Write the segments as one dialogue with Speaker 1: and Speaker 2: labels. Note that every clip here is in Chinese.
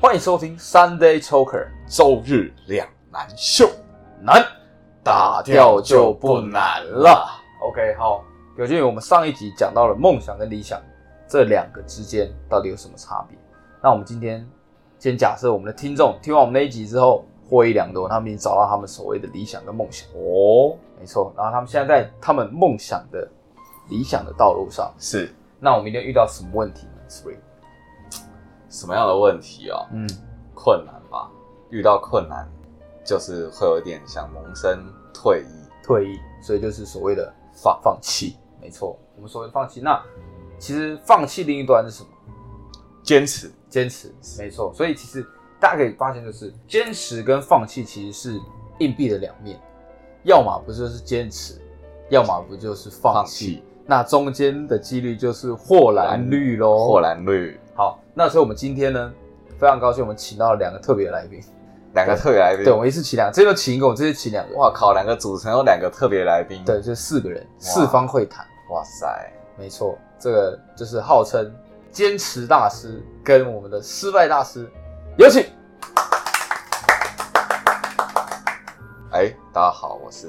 Speaker 1: 欢迎收听 Sunday Choker 周日两难秀，难打掉就不难了。OK，好，有鉴于我们上一集讲到了梦想跟理想这两个之间到底有什么差别，那我们今天先假设我们的听众听完我们那一集之后获益良多，他们已经找到他们所谓的理想跟梦想，
Speaker 2: 哦，
Speaker 1: 没错。然后他们现在在他们梦想的理想的道路上，
Speaker 2: 是
Speaker 1: 那我们一定遇到什么问题呢？Spring，
Speaker 2: 什么样的问题哦？
Speaker 1: 嗯，
Speaker 2: 困难吧，遇到困难就是会有一点想萌生退役。
Speaker 1: 退役，所以就是所谓的
Speaker 2: 放
Speaker 1: 放弃，没错，我们所谓的放弃。那其实放弃另一端是什么？
Speaker 2: 坚持，
Speaker 1: 坚持，没错。所以其实大家可以发现，就是坚持跟放弃其实是硬币的两面，要么不就是坚持，要么不就是放
Speaker 2: 放
Speaker 1: 弃
Speaker 2: 弃。
Speaker 1: 那中间的几率就是或蓝绿喽。
Speaker 2: 豁然率，
Speaker 1: 好，那所以我们今天呢，非常高兴，我们请到了两个特别的来宾。
Speaker 2: 两个特别来宾
Speaker 1: 对，。我们一次请两个，这就请一个，我们这次请两个。
Speaker 2: 哇靠，两个主持人有两个特别来宾。
Speaker 1: 对，，就四个人，四方会谈。
Speaker 2: 哇塞，
Speaker 1: 没错，这个就是号称坚持大师跟我们的失败大师，有请。
Speaker 2: 哎，大家好，我是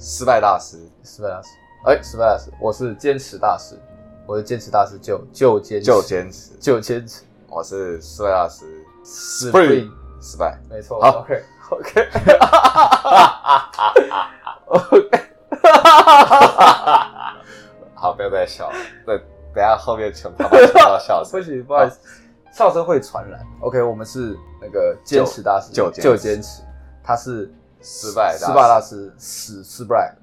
Speaker 2: 失败大师
Speaker 1: 失败大师，哎、失败大师，我是坚持大师，我是坚持大师，就就坚持
Speaker 2: 就坚持，
Speaker 1: 就坚持
Speaker 2: 我是失败大师
Speaker 1: Spring
Speaker 2: 失败。
Speaker 1: 没错。
Speaker 2: 好
Speaker 1: o k OK，
Speaker 2: 好，不要再笑了，对，等一下后面全部都要笑死
Speaker 1: 不。行，不好意思，笑声会传染。OK，我们是那个坚持大师，
Speaker 2: 就就坚持
Speaker 1: 就坚持，他是
Speaker 2: 失败大师
Speaker 1: 失败大师，死 失败。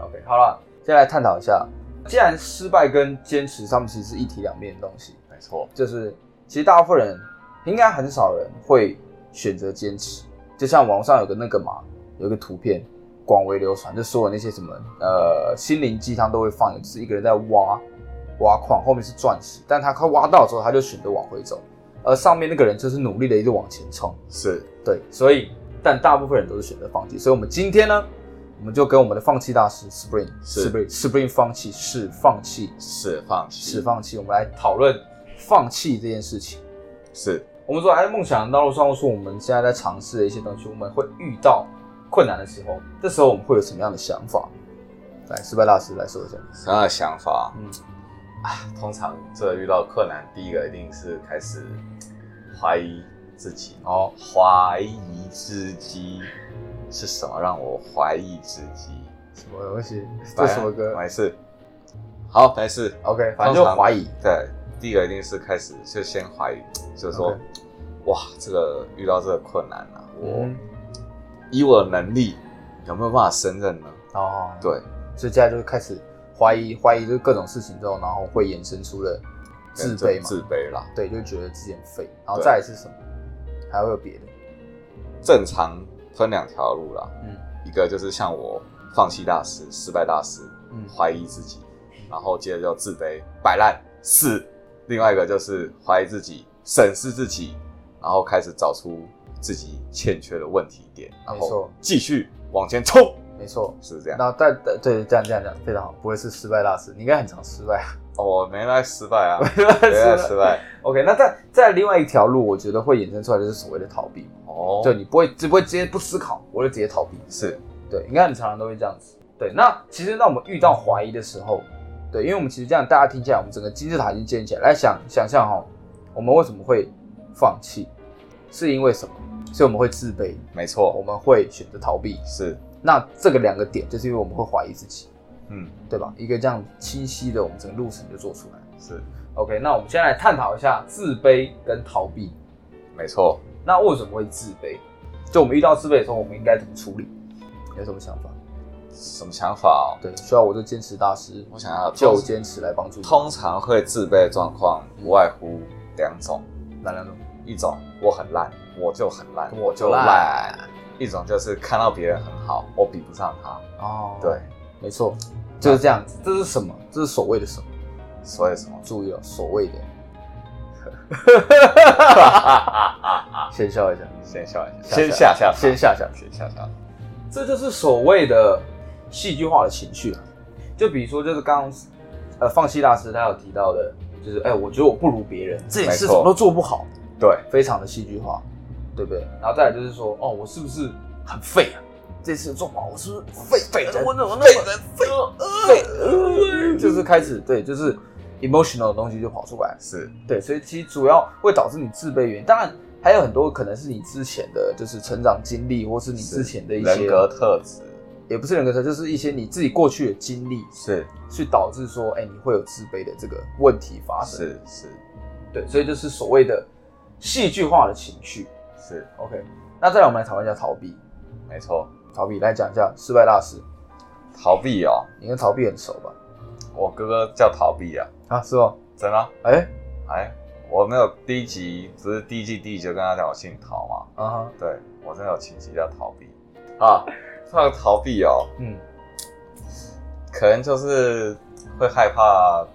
Speaker 1: OK，好了，接下来探讨一下，既然失败跟坚持，他们其实是一体两面的东西。
Speaker 2: 没错，
Speaker 1: 就是其实大部分人应该很少人会选择坚持。就像网上有个那个嘛，有一个图片广为流传，就所有那些什么呃心灵鸡汤都会放，就是一个人在挖挖矿，后面是钻石，但他快挖到之后，他就选择往回走，而上面那个人就是努力的一直往前冲。
Speaker 2: 是
Speaker 1: 对，所以但大部分人都是选择放弃，所以我们今天呢，我们就跟我们的放弃大师 Spring
Speaker 2: 是
Speaker 1: Spring Spring 放弃是放弃
Speaker 2: 是放弃
Speaker 1: 是放弃，我们来讨论放弃这件事情。
Speaker 2: 是
Speaker 1: 我们说，在梦想的道路上，或是我们现在在尝试的一些东西，我们会遇到困难的时候，这时候我们会有什么样的想法？来，失败大师来说一下。
Speaker 2: 什么样的想法？
Speaker 1: 嗯
Speaker 2: 嗯，啊，通常这遇到困难，第一个一定是开始怀疑自己，
Speaker 1: 哦，
Speaker 2: 怀疑自己是什么让我怀疑自己？
Speaker 1: 什么东西？这什么歌
Speaker 2: 没事，好，没事。
Speaker 1: ？OK，反正就怀疑。
Speaker 2: 对，第一个一定是开始就先怀疑，就是说
Speaker 1: OK
Speaker 2: 哇，这个遇到这个困难啊，我、
Speaker 1: 嗯
Speaker 2: 以我的能力有没有办法胜任呢？
Speaker 1: 哦，，
Speaker 2: 对，
Speaker 1: 所以接下来就开始怀疑，怀疑就是各种事情之后，然后会衍生出了自卑嘛？
Speaker 2: 自卑啦。
Speaker 1: 对，就觉得自己很废。然后
Speaker 2: 对
Speaker 1: 再来是什么？还会有别的？
Speaker 2: 正常分两条路啦，
Speaker 1: 嗯
Speaker 2: 一个就是像我放弃大师、失败大师，
Speaker 1: 嗯，
Speaker 2: 怀疑自己，然后接着就自卑、摆烂、死。另外一个就是怀疑自己、审视自己，然后开始找出自己欠缺的问题点，然
Speaker 1: 没
Speaker 2: 后
Speaker 1: 错
Speaker 2: 继续往前冲，
Speaker 1: 没错。
Speaker 2: 是这样。
Speaker 1: 然后但对对，这样这样这样非常好，不会是失败大师，你应该很常失败。啊
Speaker 2: 哦，我没来失败啊，
Speaker 1: 没
Speaker 2: 没来失败。
Speaker 1: OK，那在在另外一条路，我觉得会衍生出来就是所谓的逃避，
Speaker 2: 哦，
Speaker 1: 就你不会只不会直接不思考，我就直接逃避。
Speaker 2: 是
Speaker 1: 对，应该很常常都会这样子。对，那其实当我们遇到怀疑的时候，对，因为我们其实这样大家听起来，我们整个金字塔已经建起来，来想想象哈，我们为什么会放弃，是因为什么？所以我们会自卑，
Speaker 2: 没
Speaker 1: 我
Speaker 2: 错，
Speaker 1: 们会选择逃避。
Speaker 2: 是
Speaker 1: 那这个两个点，就是因为我们会怀疑自己，
Speaker 2: 嗯
Speaker 1: 对吧？一个这样清晰的，我们整个路程就做出来。
Speaker 2: 是
Speaker 1: OK，那我们先来探讨一下自卑跟逃避。
Speaker 2: 没错。
Speaker 1: 那为什么会自卑？就我们遇到自卑的时候，我们应该怎么处理？有什么想法？
Speaker 2: 什么想法哦？
Speaker 1: 对，需要我就坚持大师，
Speaker 2: 我想要
Speaker 1: 就嗯坚持来帮助你。
Speaker 2: 通常会自卑的状况无外乎两种，
Speaker 1: 哪两种？
Speaker 2: 一种我很烂，我就很烂，
Speaker 1: 我就
Speaker 2: 就
Speaker 1: 烂；
Speaker 2: 一种就是看到别人很好，我比不上他。
Speaker 1: 哦，
Speaker 2: 对，，
Speaker 1: 没错，就是这样子。这是什么？这是所谓的什么？
Speaker 2: 所以什么？
Speaker 1: 注意哦，所谓的。先笑一下，
Speaker 2: 先笑一
Speaker 1: 下
Speaker 2: 先下下，
Speaker 1: 先下下
Speaker 2: 先下下。
Speaker 1: 这就是所谓的戏剧化的情绪啊。就比如说，就是刚刚呃，放弃大师他有提到的，就是哎、我觉得我不如别人，这件事
Speaker 2: 没错
Speaker 1: 情都做不好，
Speaker 2: 对，
Speaker 1: 非常的戏剧化，对不对？然后再来就是说，哦，我是不是很废啊？这次做不好，我是不是废
Speaker 2: 废人呃
Speaker 1: 我怎么那么废废？就是开始对，就是 emotional 的东西就跑出来了。
Speaker 2: 是
Speaker 1: 对，所以其实主要会导致你自卑原因，当然还有很多可能是你之前的就是成长经历，或是你之前的一些
Speaker 2: 人格，特质，
Speaker 1: 也不是人格特，就是一些你自己过去的经历，
Speaker 2: 是
Speaker 1: 去导致说，哎、你会有自卑的这个问题发生。
Speaker 2: 是是
Speaker 1: 对，所以就是所谓的戏剧化的情绪。
Speaker 2: 是，
Speaker 1: OK，那再来我们来讨论一下逃避，
Speaker 2: 没错。
Speaker 1: 逃避来讲一下失败大师，
Speaker 2: 逃避哦，
Speaker 1: 你跟逃避很熟吧？
Speaker 2: 我哥哥叫逃避啊，
Speaker 1: 啊，是哦，
Speaker 2: 真的啊。
Speaker 1: 哎、
Speaker 2: 哎，我没有第一集，不是第一季第一集就跟他讲我姓陶嘛？
Speaker 1: 啊哈，
Speaker 2: 对我真的有情节叫逃避啊。这个逃避哦，
Speaker 1: 嗯，
Speaker 2: 可能就是会害怕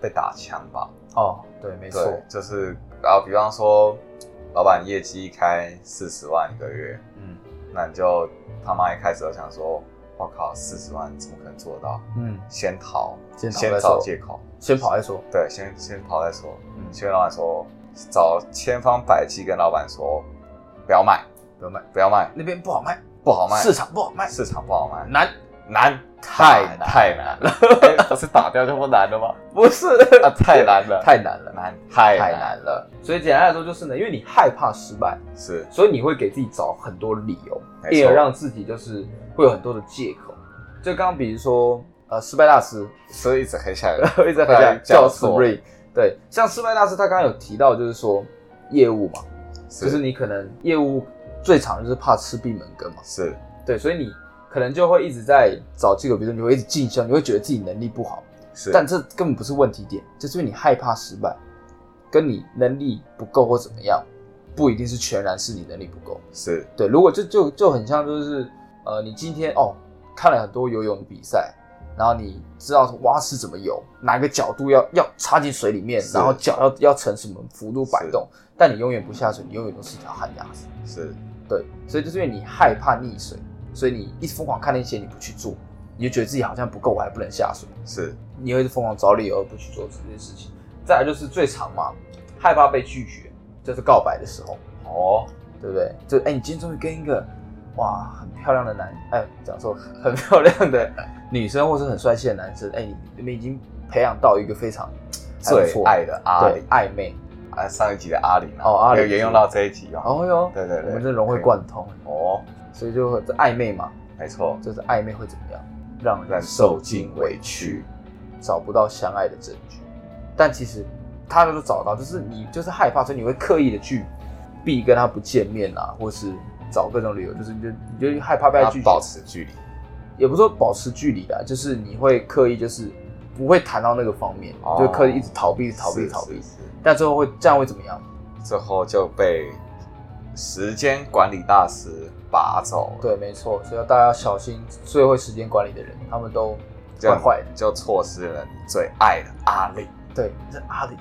Speaker 2: 被打枪吧。
Speaker 1: 哦，对，没错，
Speaker 2: 对，就是啊，比方说老板业绩一开四十万一个月，
Speaker 1: 嗯
Speaker 2: 那你就他妈一开始就想说，我靠，四十万怎么可能做得到？
Speaker 1: 嗯，
Speaker 2: 先逃，
Speaker 1: 先逃
Speaker 2: 先
Speaker 1: 再
Speaker 2: 找
Speaker 1: 说
Speaker 2: 借口，
Speaker 1: 先跑再说，
Speaker 2: 对，先先逃再说。
Speaker 1: 嗯，
Speaker 2: 先跟老板说，找千方百计跟老板说，不要卖，
Speaker 1: 不要卖，
Speaker 2: 不要卖，
Speaker 1: 那边不好卖，
Speaker 2: 不好卖，
Speaker 1: 市场不好卖，
Speaker 2: 市场不好卖，
Speaker 1: 难，
Speaker 2: 难，
Speaker 1: 太难
Speaker 2: 太难了， 哎不是打掉就不难了 吗？
Speaker 1: 不是，
Speaker 2: 啊，太难了，
Speaker 1: 太难了，
Speaker 2: 难，太
Speaker 1: 太难了。所以简单来说就是呢，因为你害怕失败，
Speaker 2: 是
Speaker 1: 所以你会给自己找很多理由，
Speaker 2: 没错
Speaker 1: 进而让自己就是会有很多的借口。就刚刚比如说，呃，失败大师，
Speaker 2: 所以一直黑下来，
Speaker 1: 一直很想
Speaker 2: 教
Speaker 1: 教
Speaker 2: 唆
Speaker 1: Spring，对，像失败大师他刚刚有提到就是说业务嘛，
Speaker 2: 是
Speaker 1: 就是你可能业务最常就是怕吃闭门羹嘛，
Speaker 2: 是
Speaker 1: 对，所以你可能就会一直在找借口，比如说你会一直进修，你会觉得自己能力不好，
Speaker 2: 是，
Speaker 1: 但这根本不是问题点，就是因为你害怕失败，跟你能力不够或怎么样，不一定是全然是你能力不够。
Speaker 2: 是
Speaker 1: 对，如果就就就很像就是呃，你今天哦看了很多游泳比赛，然后你知道蛙式怎么游，哪个角度要要插进水里面，
Speaker 2: 是
Speaker 1: 然后脚要要呈什么幅度摆动，但你永远不下水，你永远都是一条旱鸭子。
Speaker 2: 是
Speaker 1: 对，所以就是因为你害怕溺水，所以你一直疯狂看那些你不去做，你就觉得自己好像不够，我还不能下水。
Speaker 2: 是
Speaker 1: 你会疯狂找理由而不去做这件事情。再来就是最常嘛，害怕被拒绝，就是告白的时候，
Speaker 2: 哦，
Speaker 1: 对不对？就哎、你今天终于跟一个哇很漂亮的男，哎、讲错，很漂亮的女生或是很帅气的男生，哎、你你们已经培养到一个非常还不
Speaker 2: 最
Speaker 1: 错
Speaker 2: 爱的阿
Speaker 1: 对
Speaker 2: 里，
Speaker 1: 暧昧。
Speaker 2: 啊，上一集的阿里啊
Speaker 1: 哦阿里
Speaker 2: 有沿用到这一集哦，
Speaker 1: 哦哟，
Speaker 2: 对对对
Speaker 1: 我们这融会贯通，
Speaker 2: 哦，
Speaker 1: 所以就会这暧昧嘛，
Speaker 2: 没错，
Speaker 1: 就是暧昧会怎么样，让
Speaker 2: 忍
Speaker 1: 人
Speaker 2: 受
Speaker 1: 受
Speaker 2: 尽
Speaker 1: 尽
Speaker 2: 委
Speaker 1: 委
Speaker 2: 屈
Speaker 1: 屈，找不到相爱的证据。但其实他都找到，就是你就是害怕，所以你会刻意的去避跟他不见面啊，或是找各种理由，就是你就你就害怕被
Speaker 2: 要
Speaker 1: 他拒绝，
Speaker 2: 保持距离，
Speaker 1: 也不是说保持距离啦，就是你会刻意就是不会谈到那个方面，
Speaker 2: 哦
Speaker 1: 就刻意一直逃避、逃避、
Speaker 2: 是
Speaker 1: 逃避，，
Speaker 2: 是是
Speaker 1: 但最后会这样会怎么样？
Speaker 2: 最后就被时间管理大师拔走了，，
Speaker 1: 对，没错，所以大家要小心最会时间管理的人，他们都
Speaker 2: 这
Speaker 1: 坏
Speaker 2: 样
Speaker 1: 坏的。
Speaker 2: 就错失了你最爱的阿里，
Speaker 1: 对，是阿里。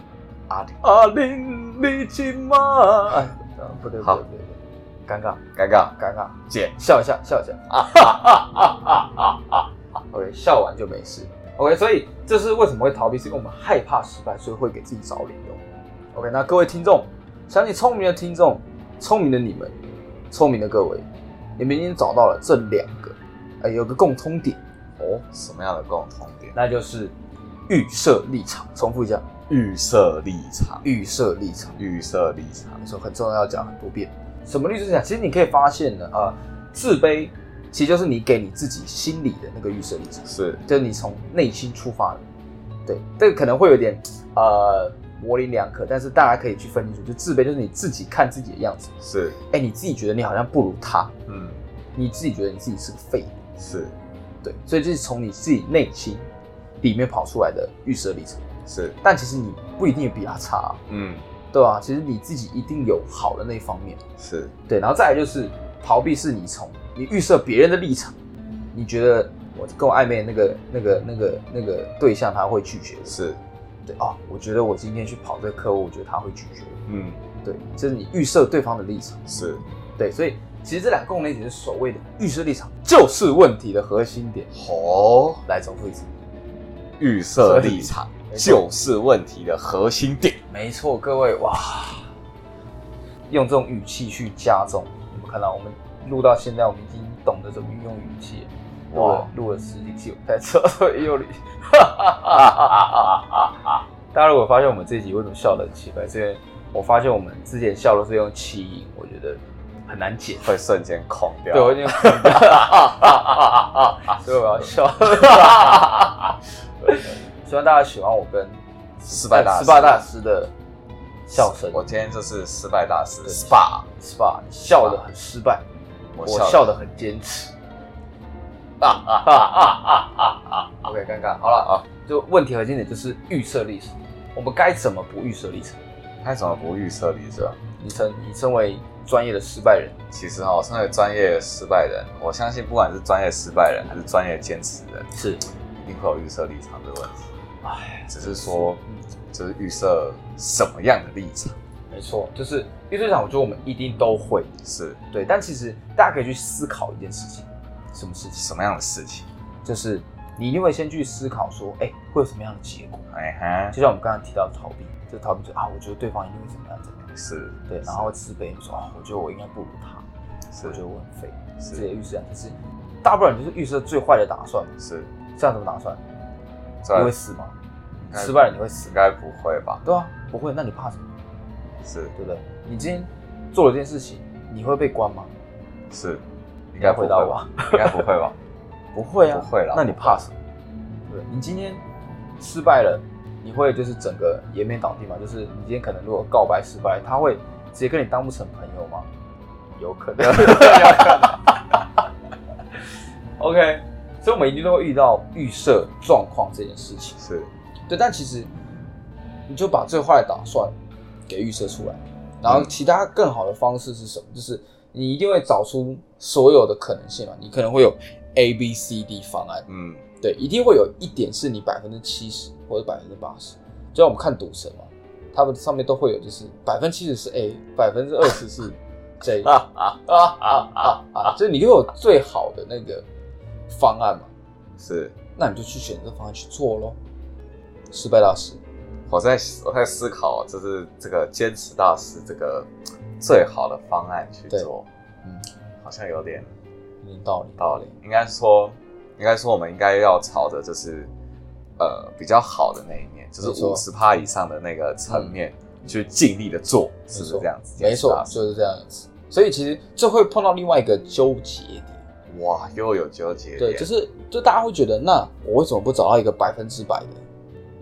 Speaker 2: 阿里，
Speaker 1: 阿玲，你亲吗？哎，啊不对，不
Speaker 2: 好
Speaker 1: 对，不对，尴尬，
Speaker 2: 尴尬，
Speaker 1: 尴尬，
Speaker 2: 姐，
Speaker 1: 笑一下，笑一下
Speaker 2: 啊哈哈哈哈哈！
Speaker 1: ，OK，笑完就没事，OK，所以这是为什么会逃避，是因为我们害怕失败，所以会给自己找理由，OK，那各位听众，相信聪明的听众，聪明的你们，聪明的各位，你们已经找到了这两个，呃，有个共通点，
Speaker 2: 哦，什么样的共同点？
Speaker 1: 那就是预设立场，重复一下，
Speaker 2: 预设立场，
Speaker 1: 预设立场。
Speaker 2: 预设立场，
Speaker 1: 你说很重要，要讲很多遍。什么律师讲？其实你可以发现呢，啊、自卑其实就是你给你自己心里的那个预设立场，
Speaker 2: 是
Speaker 1: 就是你从内心出发的。对，这个可能会有点呃模棱两可，但是大家可以去分清楚，就自卑就是你自己看自己的样子，
Speaker 2: 是，
Speaker 1: 哎，你自己觉得你好像不如他，
Speaker 2: 嗯，
Speaker 1: 你自己觉得你自己是个废物，
Speaker 2: 是
Speaker 1: 对，所以这是从你自己内心里面跑出来的预设立场。
Speaker 2: 是，
Speaker 1: 但其实你不一定比他差啊、
Speaker 2: 嗯，
Speaker 1: 对吧、其实你自己一定有好的那一方面。
Speaker 2: 是
Speaker 1: 对，然后再来就是逃避，是你从你预设别人的立场，你觉得我跟我暧昧的那个那个那个那个对象他会拒绝我，
Speaker 2: 是，
Speaker 1: 对哦，我觉得我今天去跑这个客户，我觉得他会拒绝我，
Speaker 2: 嗯，
Speaker 1: 对，这是你预设对方的立场，
Speaker 2: 是
Speaker 1: 对，所以其实这两个共同点就是所谓的预设立场，就是问题的核心点。
Speaker 2: 哦，
Speaker 1: 来重复一次，
Speaker 2: 预设立场，
Speaker 1: 没错
Speaker 2: 就是问题的核心点。
Speaker 1: 没错，各位哇，用这种语气去加重，你们看到我们录到现在，我们已经懂得怎么运用语气了。录
Speaker 2: 哇
Speaker 1: 了录了十几期，我才知道说又 里。大家如果发现我们这一集为什么笑得很奇怪，是因为我发现我们之前笑都是用气音，我觉得很难解。
Speaker 2: 会瞬间空掉。
Speaker 1: 对，我已经 所以我要笑。 希望大家喜欢我跟哎
Speaker 2: 失败大
Speaker 1: 失败大师的笑声。
Speaker 2: 我今天就是失败大师
Speaker 1: 对
Speaker 2: SPA，
Speaker 1: SPA 你笑得很失败，
Speaker 2: 我
Speaker 1: 我
Speaker 2: 笑
Speaker 1: 笑得很啊坚持。OK，尴尬。啊好了
Speaker 2: 啊
Speaker 1: 啊，就问题核心点就是预设立场，我们该怎么不预设立场？
Speaker 2: 他怎么不预设立场？
Speaker 1: 你身你身为专业的失败人，
Speaker 2: 其实哈、我身为专业失败人，我相信不管是专业失败人还是专业坚持人，
Speaker 1: 是
Speaker 2: 一定会有预设立场的问题。
Speaker 1: 哎，
Speaker 2: 只是说，就是预设什么样的立场
Speaker 1: 嗯没错，就是预设立场，我觉得我们一定都会
Speaker 2: 是
Speaker 1: 对，但其实大家可以去思考一件事情，什么事情？
Speaker 2: 什么样的事情。
Speaker 1: 就是你一定会先去思考说，哎、会有什么样的结果？
Speaker 2: 哎
Speaker 1: 就像我们刚才提到的逃避，就逃避就啊，我觉得对方一定会怎么样怎么样，
Speaker 2: 哈，是，
Speaker 1: 对，然后自卑，你说啊，我觉得我应该不如他，
Speaker 2: 是
Speaker 1: 我觉得我很废，这些
Speaker 2: 是
Speaker 1: 预设就是大不了你就是预设最坏的打算嘛，
Speaker 2: 是，
Speaker 1: 这样怎么打算？
Speaker 2: 这
Speaker 1: 你会死吗？
Speaker 2: 应该
Speaker 1: 失败了你会死
Speaker 2: 应
Speaker 1: 吗？
Speaker 2: 该不会吧？
Speaker 1: 对啊，不会，那你怕什么？
Speaker 2: 是
Speaker 1: 对不对？你今天做了这件事情，你会被关吗？
Speaker 2: 是，应该不会
Speaker 1: 回答我
Speaker 2: 吧
Speaker 1: 啊？
Speaker 2: 应该不会吧？
Speaker 1: 不会啊，
Speaker 2: 不会啦
Speaker 1: 那你怕什么？对，你今天失败了，你会就是整个颜面倒地吗？就是你今天可能如果告白失败，他会直接跟你当不成朋友吗？有可 能，有可能。OK，所以我们一定都会遇到预设状况这件事情。
Speaker 2: 是
Speaker 1: 对，但其实你就把最坏的打算给预设出来，然
Speaker 2: 嗯
Speaker 1: 后其他更好的方式是什么？就是你一定会找出所有的可能性嘛，你可能会有 A、B、C、D 方案，
Speaker 2: 嗯
Speaker 1: 对，一定会有一点是你百分之七十或者百分之八十，就像我们看赌神嘛，他们上面都会有就是百分之七十是 A，百分之二十是 J 啊
Speaker 2: 啊啊啊啊啊！
Speaker 1: 啊，就是你就有最好的那个方案嘛，
Speaker 2: 是，
Speaker 1: 那你就去选择方案去做咯。失败大师，
Speaker 2: 我在我在思考，就是这个坚持大师这个最好的方案去
Speaker 1: 对
Speaker 2: 做，
Speaker 1: 嗯，
Speaker 2: 好像有点
Speaker 1: 有点道理，
Speaker 2: 道理。应该说，应该说我们应该要朝着就是呃比较好的那一面，就
Speaker 1: 没
Speaker 2: 是
Speaker 1: 错
Speaker 2: 五十趴以上的那个层面去尽力的做，是不是
Speaker 1: 错
Speaker 2: 这样子？
Speaker 1: 没
Speaker 2: 坚持
Speaker 1: 错
Speaker 2: 大，师
Speaker 1: 就是这样子。所以其实这会碰到另外一个纠结点，
Speaker 2: 哇，又有纠结
Speaker 1: 对，
Speaker 2: 点，
Speaker 1: 就是就大家会觉得，那我为什么不找到一个百分之百的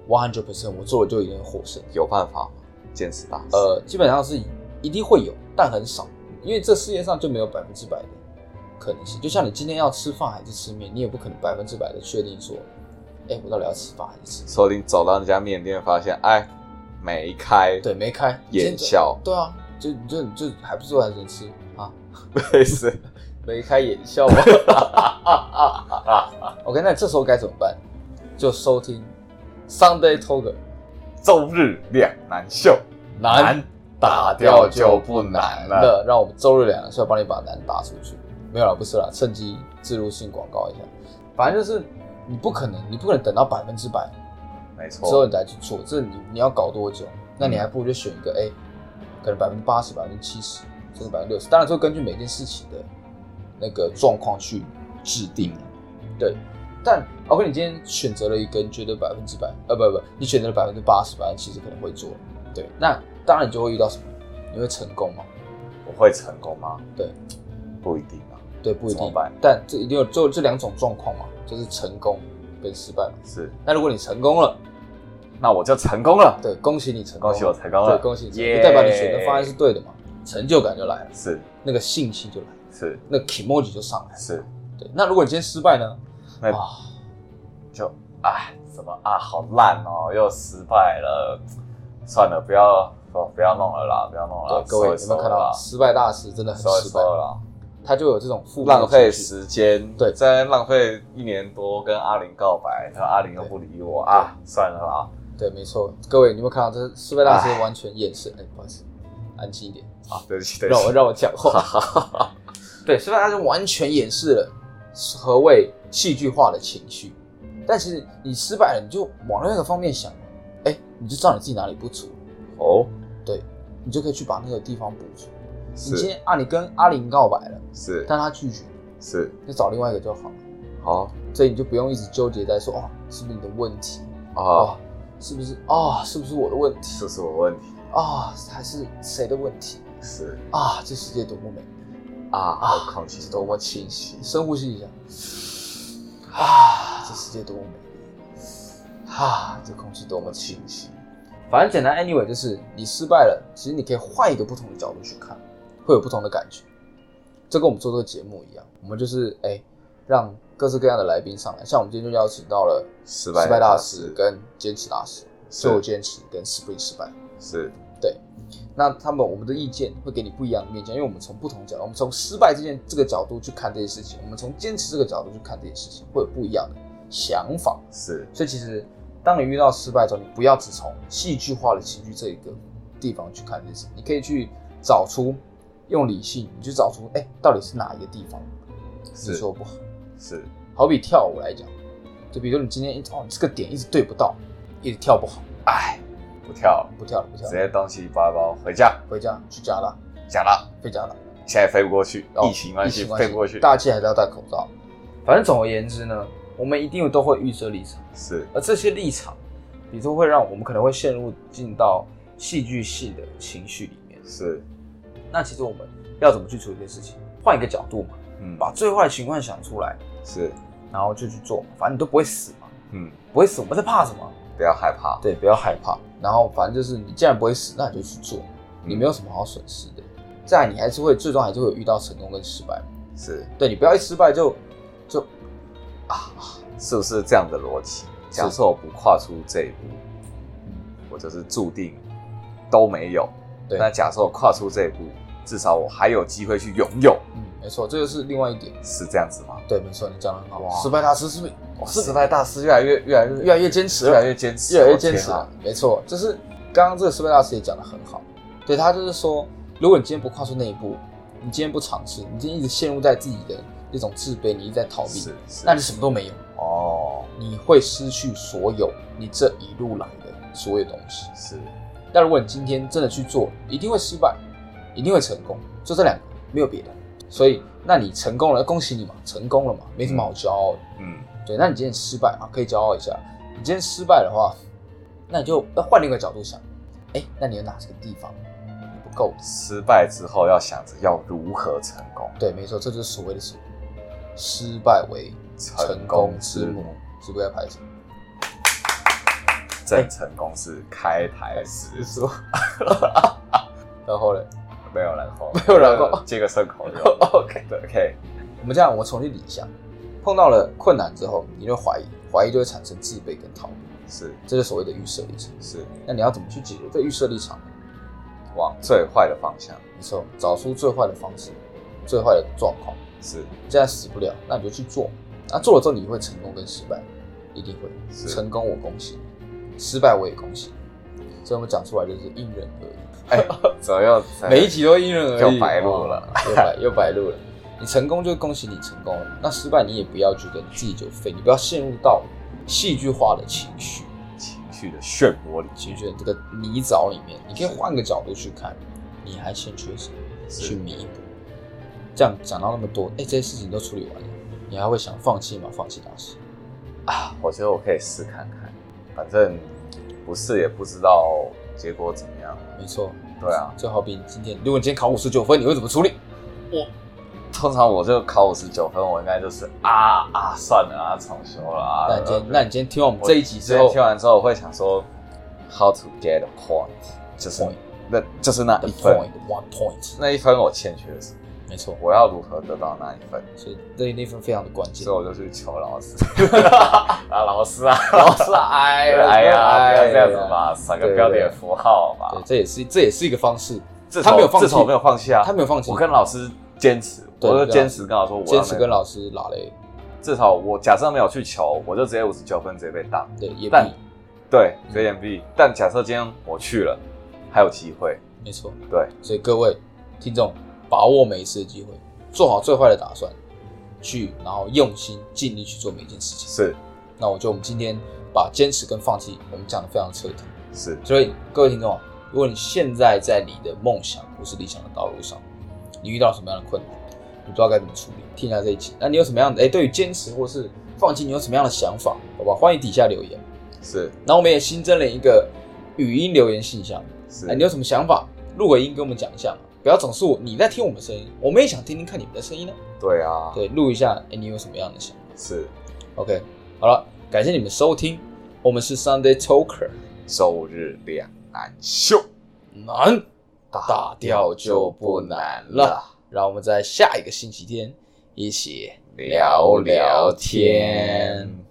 Speaker 1: one hundred percent，我做了就一定会获胜？
Speaker 2: 有办法吗？坚持大师，
Speaker 1: 呃，基本上是一定会有，但很少，因为这世界上就没有百分之百的可能性。就像你今天要吃饭还是吃面，你也不可能百分之百的确定说，哎、我到底要吃饭还是吃面？
Speaker 2: 说不定走到那家面店，发现哎没开，
Speaker 1: 对，没开
Speaker 2: 眼笑，
Speaker 1: 对啊，就你就你就还不是还能吃啊？
Speaker 2: 对 是，
Speaker 1: 眉开眼笑吗？OK，那这时候该怎么办？就收听 Sunday Talker，
Speaker 2: 周日两难秀，
Speaker 1: 难
Speaker 2: 打掉就不难了。
Speaker 1: 的，让我们周日两个要帮你把难打出去。没有啦，不是啦，趁机植入性广告一下。反正就是你不可能，你不可能等到百分之百
Speaker 2: 没
Speaker 1: 之后
Speaker 2: 错，
Speaker 1: 你才去做，这你你要搞多久？那
Speaker 2: 嗯
Speaker 1: 你还不如就选一个，哎、可能百分之八十、百分之七十，甚至百分之六十。当然，就根据每件事情的那个状况去制定。对，但 OK，你今天选择了一个你觉得百分之百，呃，不不，你选择了百分之八十、百分之七十可能会做。对，那当然你就会遇到什么？你会成功吗？
Speaker 2: 我会成功吗？
Speaker 1: 对，
Speaker 2: 不一定啊，
Speaker 1: 对，不一
Speaker 2: 怎么
Speaker 1: 定
Speaker 2: 办。
Speaker 1: 但这一定有就这两种状况嘛，就是成功跟失败嘛。
Speaker 2: 是，
Speaker 1: 那如果你成功了，
Speaker 2: 那我就成功了，
Speaker 1: 对，恭喜你成
Speaker 2: 恭
Speaker 1: 功了，
Speaker 2: 喜我成功了，
Speaker 1: 对，恭喜你成功，
Speaker 2: 耶
Speaker 1: 就代表你选的方案是对的嘛，成就感就来了，
Speaker 2: 是
Speaker 1: 那个信心就来了，
Speaker 2: 是
Speaker 1: 那个 emoji 就上来了。
Speaker 2: 是，
Speaker 1: 对，那如果你今天失败呢？
Speaker 2: 那
Speaker 1: 啊，
Speaker 2: 就哎，怎么啊，好烂哦，又失败了，算了，不要哦，不要弄了啦，不要弄了啦
Speaker 1: 对，，各位
Speaker 2: 收一
Speaker 1: 有没
Speaker 2: 收
Speaker 1: 有看
Speaker 2: 了
Speaker 1: 到
Speaker 2: 啦，
Speaker 1: 失败大师真的很
Speaker 2: 收一
Speaker 1: 失
Speaker 2: 收
Speaker 1: 败，
Speaker 2: 了啦。
Speaker 1: 他就有这种负面
Speaker 2: 浪费
Speaker 1: 情绪
Speaker 2: 时间，
Speaker 1: 对
Speaker 2: 在浪费一年多跟阿玲告白，然后阿玲又不理我啊，算了啦，
Speaker 1: 对，没错，各位你有没有看到这失败大师完全掩饰？哎，不好意思，安静一点，
Speaker 2: 啊，对不起，对不
Speaker 1: 让我
Speaker 2: 起，
Speaker 1: 让我讲 话。对，失败大师完全掩饰了何谓戏剧化的情绪，但其实你失败了，你就往那个方面想嘛，哎、你就知道你自己哪里不足，
Speaker 2: 哦，
Speaker 1: 你就可以去把那个地方补足。你今
Speaker 2: 是
Speaker 1: 天啊，你跟阿玲告白了，
Speaker 2: 是
Speaker 1: 但她拒绝，
Speaker 2: 是，
Speaker 1: 就找另外一个就好了。
Speaker 2: 好
Speaker 1: 所以你就不用一直纠结在说哦，是不是你的问题？
Speaker 2: 啊，
Speaker 1: 哦，是不是啊、是不是我的问题
Speaker 2: 这？是我问题，
Speaker 1: 啊、还是谁的问题？
Speaker 2: 是
Speaker 1: 啊，这世界多么美，
Speaker 2: 啊，好靠近，
Speaker 1: 多么清晰。深呼吸一下，啊，这世界多么美丽，啊，这空气多么清晰。反正简单，anyway，就是你失败了，其实你可以换一个不同的角度去看，会有不同的感觉。这跟我们做这个节目一样，我们就是哎、让各式各样的来宾上来，像我们今天就邀请到了
Speaker 2: 失
Speaker 1: 失
Speaker 2: 败
Speaker 1: 败大
Speaker 2: 大
Speaker 1: 师跟坚持大师，
Speaker 2: 是
Speaker 1: 所以我坚持跟 Spring 失败。
Speaker 2: 是
Speaker 1: 那他们我们的意见会给你不一样的面向，因为我们从不同角度，我们从失败这件这个角度去看这些事情，我们从坚持这个角度去看这些事情，会有不一样的想法。
Speaker 2: 是
Speaker 1: 所以其实，当你遇到失败之后，你不要只从戏剧化的情绪这一个地方去看这件事，你可以去找出用理性，你去找出哎、到底是哪一个地方你
Speaker 2: 是
Speaker 1: 说不好。
Speaker 2: 是
Speaker 1: 好比跳舞来讲，就比如说你今天一直哦你这个点一直对不到，一直跳不好，哎，
Speaker 2: 不跳，
Speaker 1: 不跳了不跳
Speaker 2: 直
Speaker 1: 了，
Speaker 2: 接东西包一包回家，
Speaker 1: 回家去加拿大，
Speaker 2: 讲了，
Speaker 1: 回加拿大。
Speaker 2: 现在飞不过去，
Speaker 1: 哦
Speaker 2: 疫情关系
Speaker 1: 疫情
Speaker 2: 飞不过去，
Speaker 1: 大气还是要戴口罩。
Speaker 3: 反正总而言之呢，我们一定都会预设立场，
Speaker 2: 是
Speaker 3: 而这些立场，比如说会让我们可能会陷入进到戏剧性的情绪里面。
Speaker 2: 是，
Speaker 3: 那其实我们要怎么去处理这件事情？换一个角度嘛，
Speaker 2: 嗯，
Speaker 3: 把最坏的情况想出来，
Speaker 2: 是，
Speaker 3: 然后就去做嘛，反正你都不会死嘛，
Speaker 2: 嗯，
Speaker 3: 不会死，我们在怕什么？
Speaker 2: 不要害怕，
Speaker 1: 对，不要害怕。然后反正就是你既然不会死，那你就去做，你没有什么好损失的。再来，你还是会最终还是会有遇到成功跟失败。
Speaker 2: 是
Speaker 1: 对你不要一失败就就，
Speaker 2: 嗯是不是这样的逻辑？假设我不跨出这一步，
Speaker 3: 嗯
Speaker 2: 我就是注定都没有。
Speaker 1: 对
Speaker 2: 那假设我跨出这一步，至少我还有机会去拥有，
Speaker 1: 嗯，没错，这就是另外一点。
Speaker 2: 是这样子吗？
Speaker 1: 对，没错，你讲的很好。
Speaker 2: 哇
Speaker 1: 失败大师是不是
Speaker 2: 哇，
Speaker 1: 是
Speaker 2: 失败大师越来越越来越
Speaker 1: 越来越坚持
Speaker 2: 越
Speaker 1: 了？
Speaker 2: 来越坚持，
Speaker 1: 越来越
Speaker 2: 我天
Speaker 1: 坚持
Speaker 2: 啊
Speaker 1: 了。没错，就是刚刚这个斯贝大师也讲的很好，对他就是说，如果你今天不跨出那一步，你今天不尝试，你今天一直陷入在自己的那种自卑，你一直在逃避
Speaker 2: 是，是，
Speaker 1: 那你什么都没有，
Speaker 2: 哦，
Speaker 1: 你会失去所有你这一路来的所有东西。
Speaker 2: 是
Speaker 1: 但如果你今天真的去做，一定会失败，一定会成功，就这两个，没有别的。所以，那你成功了，恭喜你嘛，成功了嘛，没什么好骄傲的。
Speaker 2: 嗯
Speaker 1: 对，那你今天失败啊，可以骄傲一下。你今天失败的话，那你就要换另一个角度想，哎、那你有哪些个地方你不够？
Speaker 2: 失败之后要想着要如何成功，
Speaker 1: 对，没错，这就是所谓的什么失败为成功之母，是不是要拍手？
Speaker 2: 真成功是开台时说
Speaker 1: 然后嘞，
Speaker 2: 没有然后，
Speaker 1: 没有然后
Speaker 2: 接个顺口溜
Speaker 1: OK
Speaker 2: 对，OK，
Speaker 1: 我们这样，我们重新理一下，碰到了困难之后，你就怀疑，怀疑就会产生自卑跟逃避，
Speaker 2: 是
Speaker 1: 这就是所谓的预设立场。
Speaker 2: 是
Speaker 1: 那你要怎么去解决这预设立场呢？
Speaker 2: 往最坏的方向，
Speaker 1: 没错，找出最坏的方式，最坏的状况。
Speaker 2: 是
Speaker 1: 你现在死不了，那你就去做。那做了之后，你会成功跟失败，一定会
Speaker 2: 是
Speaker 1: 成功，我恭喜你；失败我也恭喜你。所以我们讲出来就是因人而异，
Speaker 2: 哎，怎么又
Speaker 1: 每一集都因人而异，
Speaker 2: 又白录了
Speaker 1: 哦，又白又白录了。你成功就恭喜你成功了，那失败你也不要觉得你自己就废，你不要陷入到戏剧化的情绪
Speaker 2: 情绪的漩涡里
Speaker 1: 情绪的这个泥沼里面。你可以换个角度去看，你还欠缺什么去弥补。这样讲到那么多，哎、这些事情都处理完了，你还会想放弃吗？放弃大师？
Speaker 2: 啊，我觉得我可以试看看，反正不试也不知道结果怎么样。
Speaker 1: 没错，
Speaker 2: 对啊，
Speaker 1: 就好比你今天，如果你今天考五十九分，你会怎么处理？
Speaker 2: 通常我就考五十九分，我应该就是啊啊算了啊，重修了啊。
Speaker 1: 那你今天，那你今天听完我们
Speaker 2: 我
Speaker 1: 这一集之
Speaker 2: 今天
Speaker 1: 后，
Speaker 2: 听完之后，我会想说，how to get a point，就是那就是那
Speaker 1: the
Speaker 2: 一分
Speaker 1: point，one 哦 point，
Speaker 2: 那一分我欠缺什么？
Speaker 1: 没错，
Speaker 2: 我要如何得到那一分？
Speaker 1: 所以那那份非常的关键
Speaker 2: 所以。我就去求老师 啊，老师啊，
Speaker 1: 老师，哎 呀，
Speaker 2: 哎呀，不要这样子
Speaker 1: 吧。
Speaker 2: 吧，省个标点符号
Speaker 1: 对
Speaker 2: 吧，。
Speaker 1: 这也是这也是一个方式，
Speaker 2: 自
Speaker 1: 他
Speaker 2: 从
Speaker 1: 没有放弃
Speaker 2: 自从我没有放弃啊，
Speaker 1: 他没有放弃
Speaker 2: 我跟老师坚持，
Speaker 1: 对
Speaker 2: 我就坚持跟老师说，我要
Speaker 1: 坚持
Speaker 2: 那个
Speaker 1: 跟老师拉嘞，
Speaker 2: 至少我假设没有去求，我就直接五十九分直接被当。
Speaker 1: 对，也
Speaker 2: 但
Speaker 1: 比
Speaker 2: 对，直接延毕。但假设今天我去了，还有机会。
Speaker 1: 没错。
Speaker 2: 对，
Speaker 1: 所以各位听众，把握每一次的机会，做好最坏的打算，去，然后用心尽力去做每一件事情。
Speaker 2: 是
Speaker 1: 那我觉得我们今天把坚持跟放弃，我们讲的非常彻底。
Speaker 2: 是
Speaker 1: 所以各位听众，啊如果你现在在你的梦想或是理想的道路上，你遇到什么样的困难，你不知道该怎么处理，听一下这一集，那你有什么样的哎，对于坚持或是放弃，你有什么样的想法？好吧，欢迎底下留言。
Speaker 2: 是
Speaker 1: 然后我们也新增了一个语音留言信箱，
Speaker 2: 是
Speaker 1: 哎，你有什么想法？录个音跟我们讲一下嘛，不要总是我你在听我们的声音，我们也想听听看你们的声音呢。
Speaker 2: 对啊，
Speaker 1: 对，录一下，哎，你有什么样的想法
Speaker 2: 是
Speaker 1: ？OK，好了，感谢你们收听，我们是 Sunday Talker，
Speaker 2: 周日两难秀，
Speaker 1: 难
Speaker 2: 打
Speaker 1: 打掉就不难了。让我们在下一个星期天一起聊聊天。